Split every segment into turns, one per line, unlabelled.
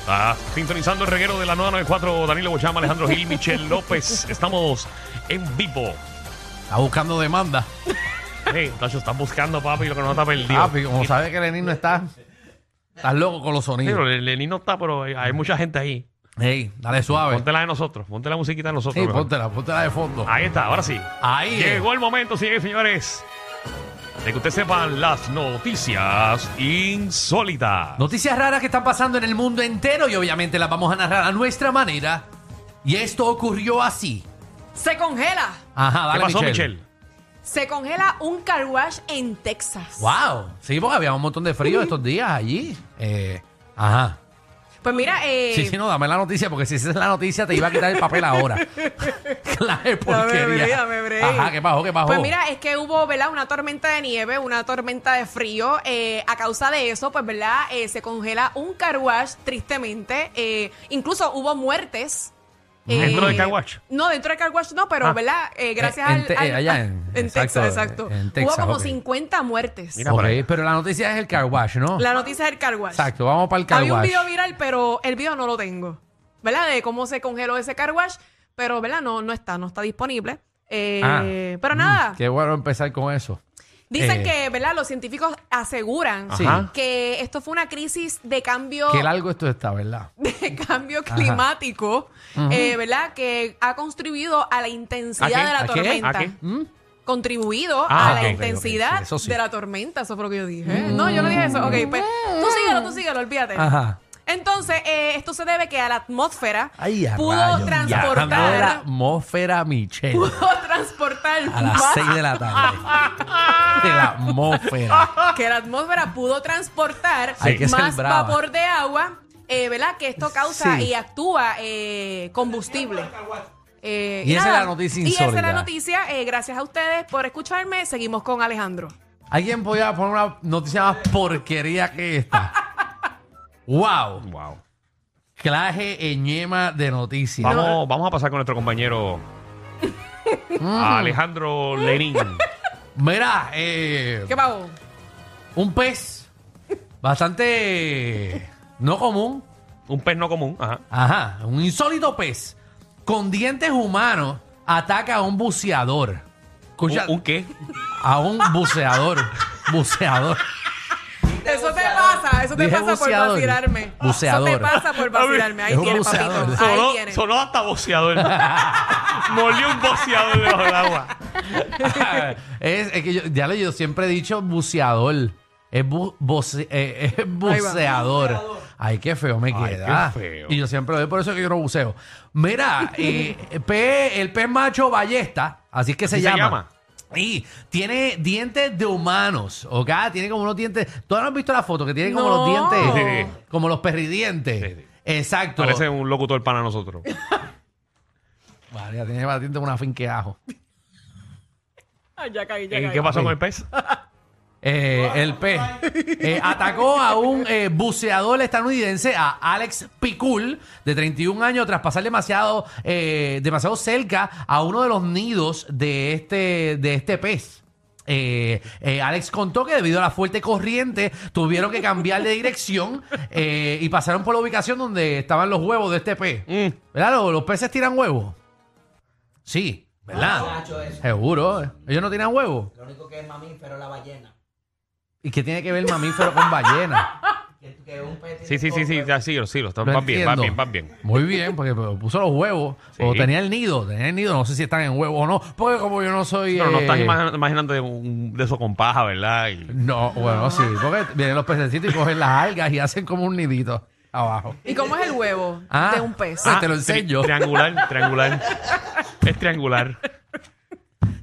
Está sintonizando el reguero de la 994, Danilo Bochama, Alejandro Gil, Michel López. Estamos en vivo.
Está buscando demanda.
Hey, Tacho, estás buscando, papi, lo que no está perdido.
Papi, como sabes que Lenín no está, estás loco con los
Pero
sonidos.
el Lenín no está, pero hay- hay mucha gente ahí.
Ey, dale suave.
Ponte la de nosotros, ponte la musiquita de nosotros.
Sí,
mejor.
póntela, póntela de fondo.
Ahí está, ahora sí.
Ahí. eh.
Llegó el momento, señores y señores, de que ustedes sepan las noticias insólitas.
Noticias raras que están pasando en el mundo entero y obviamente las vamos a narrar a nuestra manera. Y esto ocurrió así.
Se congela.
Ajá,
¿Qué
dale,
pasó,
Michelle.
Michelle?
Se congela un car wash en Texas.
Wow. Sí, porque había un montón de frío estos días allí. Eh, ajá.
Pues mira, eh,
Sí, sí, no, dame la noticia, porque si esa es la noticia te iba a quitar el papel ahora. claro,
bregué,
porquería.
dame bregué.
Ajá, ¿qué pasó? ¿Qué pasó?
pues mira, es que hubo, ¿verdad? Una tormenta de nieve, una tormenta de frío. eh, a causa de eso, pues, ¿verdad? Eh, se congela un car wash, tristemente. eh, incluso hubo muertes. Eh,
¿Dentro del car wash?
No, dentro del car wash no, pero,
Ah.
¿verdad? Eh, gracias
en
al,
Te-
al-
eh, allá en- exacto,
Texas, exacto.
en
hubo
Texas,
como
ok.
50 muertes.
Mira.
Ok,
por ahí.
pero la noticia es el car wash, ¿no?
La noticia del car wash.
Exacto, vamos para el car
Había un
wash.
video viral, pero el video no lo tengo. ¿Verdad? De cómo se congeló ese car wash, pero ¿verdad? No, no está, no está disponible. Eh,
Ah.
pero
Mm,
nada,
Qué bueno empezar con eso.
dicen
eh.
que, ¿verdad? Los científicos aseguran
Sí.
Ajá.
que esto fue una crisis de cambio,
Qué largo esto está, ¿verdad?
de cambio climático, eh, ¿verdad? Que ha contribuido a la intensidad
¿A qué?
de la
¿A qué?
tormenta.
¿A qué?
¿Mm?
Contribuido
Ah,
a
ok,
la
ok,
ok,
intensidad
sí, eso sí.
de la tormenta, eso fue lo que yo dije.
Mm.
No, yo no dije eso. Ok, pues tú síguelo, tú síguelo, olvídate.
Ajá.
Entonces, eh, esto se debe que a la atmósfera
Ay, a
pudo
rayos.
transportar
Ya, la atmósfera, Michelle.
pudo transportar
A las
más
6 de la tarde. De la atmósfera.
que la atmósfera pudo transportar
Hay que ser
más
brava.
vapor de agua, eh, ¿verdad? Que esto causa
Sí.
y actúa eh, combustible. Eh,
Y esa
nada.
es la noticia
Y esa es
insólita.
la noticia. Eh, gracias a ustedes por escucharme. Seguimos con Alejandro.
¿Alguien podía poner una noticia más porquería que esta? ¡Wow!
Wow.
Claje ñema de noticias.
Vamos, vamos a pasar con nuestro compañero
Mm.
Alejandro Lenín.
Mira, eh,
¿Qué pago?
un pez bastante no común.
Un pez no común. Ajá.
Ajá, un insólito pez con dientes humanos ataca a un buceador. Escucha,
¿Un, un qué?
a un buceador. buceador.
Eso te pasa, eso te
Dije
pasa por
buceador.
vacilarme.
Buceador.
Eso te pasa por vacilarme. Ahí
Es un
tienes,
buceador.
papito. Ahí
Sonó,
tienes.
sonó hasta boceador. Molió un boceador debajo del agua.
es, es que yo, ya le yo siempre he dicho buceador. Es, bu- buce- eh, es buceador. Ay, qué feo me
Ay,
queda.
qué feo.
Y yo siempre lo veo, por eso es que yo no buceo. Mira, eh, pe- el pez macho ballesta, así es que se
se
llama.
llama.
Y tiene dientes de humanos, ¿ok? Tiene como unos dientes. ¿Tú no has visto la foto que tiene como
No.
los dientes?
Sí, sí, sí.
Como los perridientes.
Sí, sí.
Exacto.
Parece un locutor para nosotros.
María, tiene más dientes que una finqueajo.
Ay, ya caí, ya
¿Y
caí.
qué pasó con el pez?
Eh, el pez eh, atacó a un eh, buceador estadounidense, a Alex Picul, de 31 años, tras pasar demasiado, eh, demasiado cerca a uno de los nidos de este, de este pez. Eh, eh, Alex contó que debido a la fuerte corriente tuvieron que cambiar de dirección eh, y pasaron por la ubicación donde estaban los huevos de este pez.
Mm.
¿Verdad? Los, los peces tiran huevos. Sí, ¿verdad? Seguro. eh. Ellos no tiran huevos.
Lo único que es mamífero es la ballena.
¿Y qué tiene que ver mamífero con ballena?
Que, que un pez
Sí, sí, sí, sí, ya, sí, sí, lo está-
Lo
van bien, van
entiendo.
bien, van bien.
Muy bien, porque puso los huevos.
Sí.
O tenía el nido, tenía el nido. No sé si están en huevo o no. Porque como yo no soy.
Pero no
eh,
estás imagi- imaginando de, un- de eso con paja, ¿verdad? Y-
No, bueno, sí. Porque vienen los pececitos y cogen las algas y hacen como un nidito abajo.
¿Y cómo es el huevo
Ah.
de un pez?
Ah. te lo
tri-
enseño.
triangular, triangular. Es triangular.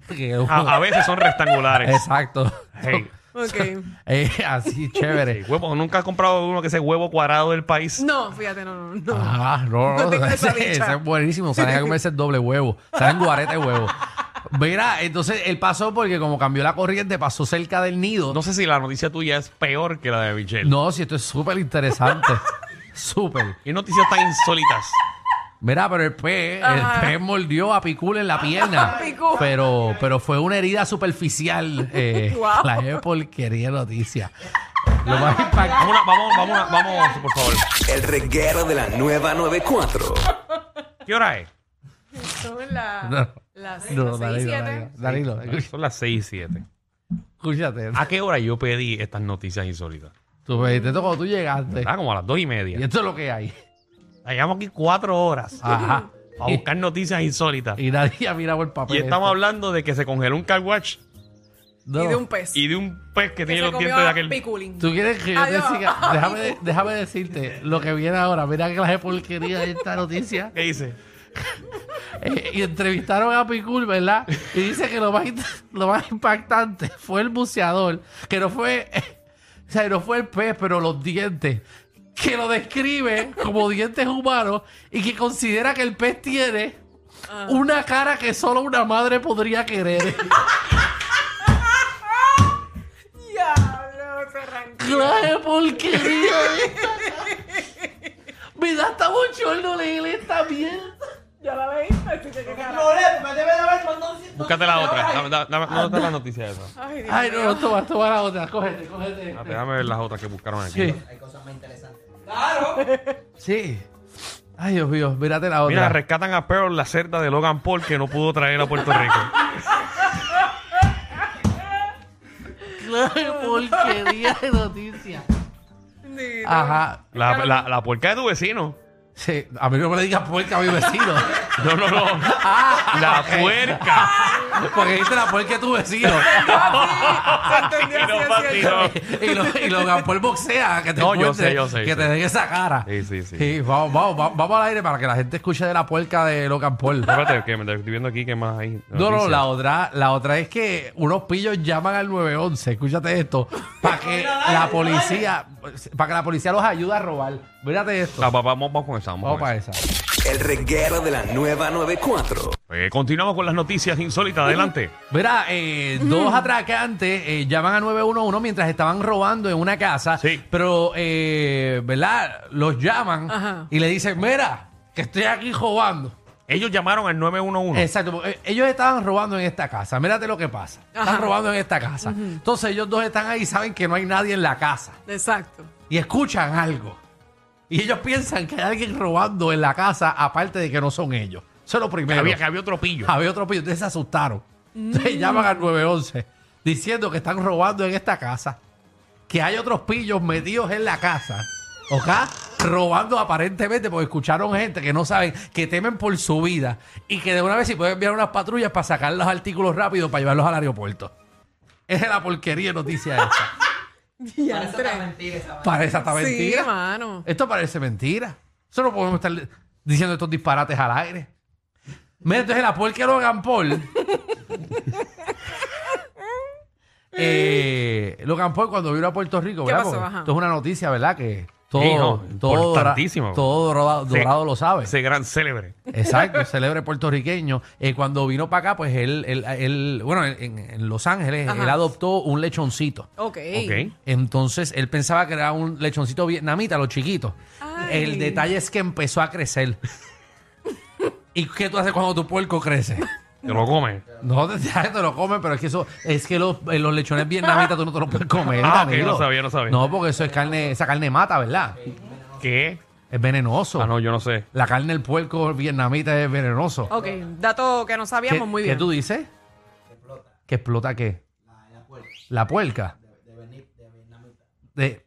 Que-
A, a veces son rectangulares.
Ah, Exacto.
Hey.
Ok.
Eh, así, chévere.
Huevo, nunca has comprado uno que sea huevo cuadrado del país.
No, fíjate, no, no, no.
Ah, no, no,
No tengo esa
ese,
dicha.
ese es buenísimo. Salen a comerse el doble huevo. Salen guarete de huevo. Mira, entonces él pasó porque como cambió la corriente, pasó cerca del nido.
No sé si la noticia tuya es peor que la de Michelle.
No, si esto es súper interesante. súper.
Y noticias tan insólitas.
Mira, pero el pez, el
Ajá.
pez mordió a Picul en la pierna.
Picul.
pero, pero fue una herida superficial. eh,
Guau.
La es porquería de noticia. Lo más impactante.
Vamos, una- vamos, vamos, una- vamos, por favor.
El reguero de la nueva 94.
¿Qué hora es?
Son las
No.
las seis,
No,
las seis,
Danilo,
siete.
Danilo, Danilo, escu-
Son las 6 y 7.
escúchate.
¿A qué hora yo pedí estas noticias insólitas?
Tú pediste esto cuando tú llegaste.
Ah, como a las 2 y
Y
media.
esto es lo que hay.
Llevamos aquí 4 horas
Ajá.
a buscar noticias insólitas.
Y nadie ha mirado el papel.
Y estamos
este.
hablando de que se congeló un car wash
No.
Y de un pez.
y de un pez que,
que
tiene
se
los
comió
dientes de
a
aquel.
Piculín.
¿Tú quieres que yo te
Adiós.
siga? Déjame, de- déjame decirte lo que viene ahora. Mira que la porquería de esta noticia.
¿Qué dice?
Eh, y entrevistaron a Picul, ¿verdad? Y dice que lo más, in- lo más impactante fue el buceador, que no fue, o sea, no fue el pez, pero los dientes, que lo describe como dientes humanos y que considera que el pez tiene una cara que solo una madre podría querer.
Diablo, se arrancó.
¡Claro, porquería! Me da hasta bochorno leer esta mierda.
Ya la veí. Así que qué carajo.
No, le- me debe de haber mandado un-
Búscate la otra. Dame, dame- dame- no está la noticia esa.
Ay, Dios
Ay,
mío.
no, toma, toma la otra. Cógete, cógete.
Espérate, Déjame ver las otras que buscaron aquí.
Sí,
Hay cosas más interesantes. Claro.
sí. Ay, Dios mío, mírate la otra.
Mira, rescatan a Pearl, la cerda de Logan Paul, que no pudo traer a Puerto Rico.
Claro, porquería de noticias.
Bendito.
Ajá.
La, la, la puerca de tu vecino.
Sí, a mí no me le digas puerca a mi vecino.
No, no, no.
Ah.
La puerca.
Porque dice la puerca de tu vecino.
Se
Y
entendió
no,
así, así,
papi,
así.
no.
y lo, y lo gampó el boxea. Que te
No, yo
encuentre,
sé, yo sé,
Que
yo
te
sé.
den esa cara.
Sí, sí, sí.
vamos, vamos, va- vamos al aire para que la gente escuche de la puerca de Logan Paul.
Espérate, que me estoy viendo aquí que más hay.
No, no,
noticias.
la otra, la otra es que unos pillos llaman al 911, escúchate esto, para que la policía, para que la policía los ayude a robar. Mírate esto.
Ah, va- vamos, vamos con esa. Vamos
Vamos
con
para
esa.
esa.
El reguero de la nueva 94.
Eh, continuamos con las noticias insólitas. Adelante.
Mira, eh, dos atracantes eh, llaman a 911 mientras estaban robando en una casa,
Sí.
pero, eh, ¿verdad? Los llaman
Ajá.
y le dicen, mira, que estoy aquí robando.
Ellos llamaron al 911.
Exacto, porque, eh, ellos estaban robando en esta casa, mírate lo que pasa, están
Ajá.
robando en esta casa. Entonces ellos dos están ahí y saben que no hay nadie en la casa
Exacto.
y escuchan algo. Y ellos piensan que hay alguien robando en la casa, aparte de que no son ellos. Eso es lo primero.
había, que había otro pillo.
Había otro pillo. Entonces se asustaron. Entonces llaman al 911 diciendo que están robando en esta casa. Que hay otros pillos metidos en la casa. ¿Ok? Robando aparentemente porque escucharon gente que no saben, que temen por su vida y que de una vez si pueden enviar unas patrullas para sacar los artículos rápido para llevarlos al aeropuerto. Esa es la porquería de noticia esta.
Para eso
Diantre.
está mentira esa vaina.
Parece hasta
Sí,
mentira.
hermano.
Esto parece mentira. Eso no podemos estar diciendo estos disparates al aire. Mira, entonces la puerca Logan Paul. eh, Logan Paul cuando vino a Puerto Rico,
¿Qué
¿verdad?
pasó?
Porque
Ajá.
Esto es una noticia, ¿verdad? Que todo,
Sí, no,
todo, dora-
importantísimo.
todo dorado,
Sí.
dorado lo sabe.
Ese gran célebre.
Exacto, un célebre puertorriqueño. Eh, cuando vino para acá, pues él, él, él- bueno, en, en Los Ángeles,
Ajá.
él adoptó un lechoncito.
Ok.
Ok.
Entonces él pensaba que era un lechoncito vietnamita, los chiquitos.
Ay.
El detalle es que empezó a crecer. ¿Y qué tú haces cuando tu puerco crece?
Te lo come.
No, te, ya te lo comen, pero es que eso, es que los, eh, los lechones vietnamitas tú no te los puedes comer.
Ah, ok,
Danilo.
no sabía, no sabía.
No, porque eso es carne, esa carne mata, ¿verdad?
¿Qué?
Es venenoso.
Ah, no, yo no sé.
La carne del puerco vietnamita es venenoso.
Ok. Dato que no
¿Qué,
sabíamos muy
qué
bien.
tú dices? Que explota. ¿Que explota qué? La puerca. De,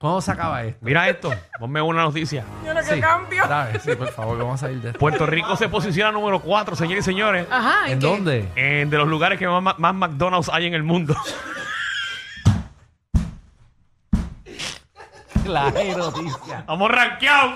¿Cómo se acaba esto?
Mira esto. Ponme una noticia.
Yo lo que
Sí,
cambio.
dale, sí, por favor, vamos a salir de esto.
Puerto Rico se posiciona número 4, señores y señores.
Ajá.
¿En
qué?
dónde?
en- de los lugares que más, más McDonald's hay en el mundo.
La noticia.
Estamos rankeados.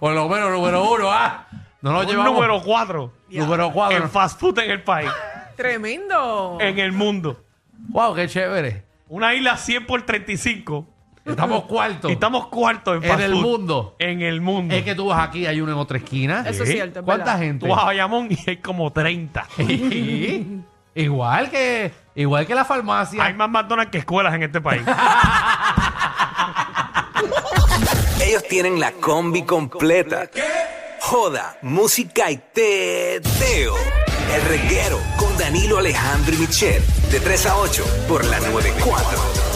Por lo menos número uno, ah. No nos
Un
llevamos.
número 4.
número cuatro.
En fast food en el país.
Tremendo.
En el mundo.
Wow, qué chévere.
Una isla 100 por 35.
Estamos cuartos.
Y estamos cuartos en
En
fast
el
food.
mundo.
En el mundo.
Es que tú vas aquí, hay uno en otra esquina.
Eso es
Sí.
cierto, es
¿Cuánta
verdad.
gente?
Tú vas a Bayamón y hay como 30.
Sí. igual que igual que la farmacia.
Hay más McDonald's que escuelas en este país.
Ellos tienen la combi completa. Joda, música y teo. El reguero con Danilo Alejandro y Michel. De 3 a 8 por la 94.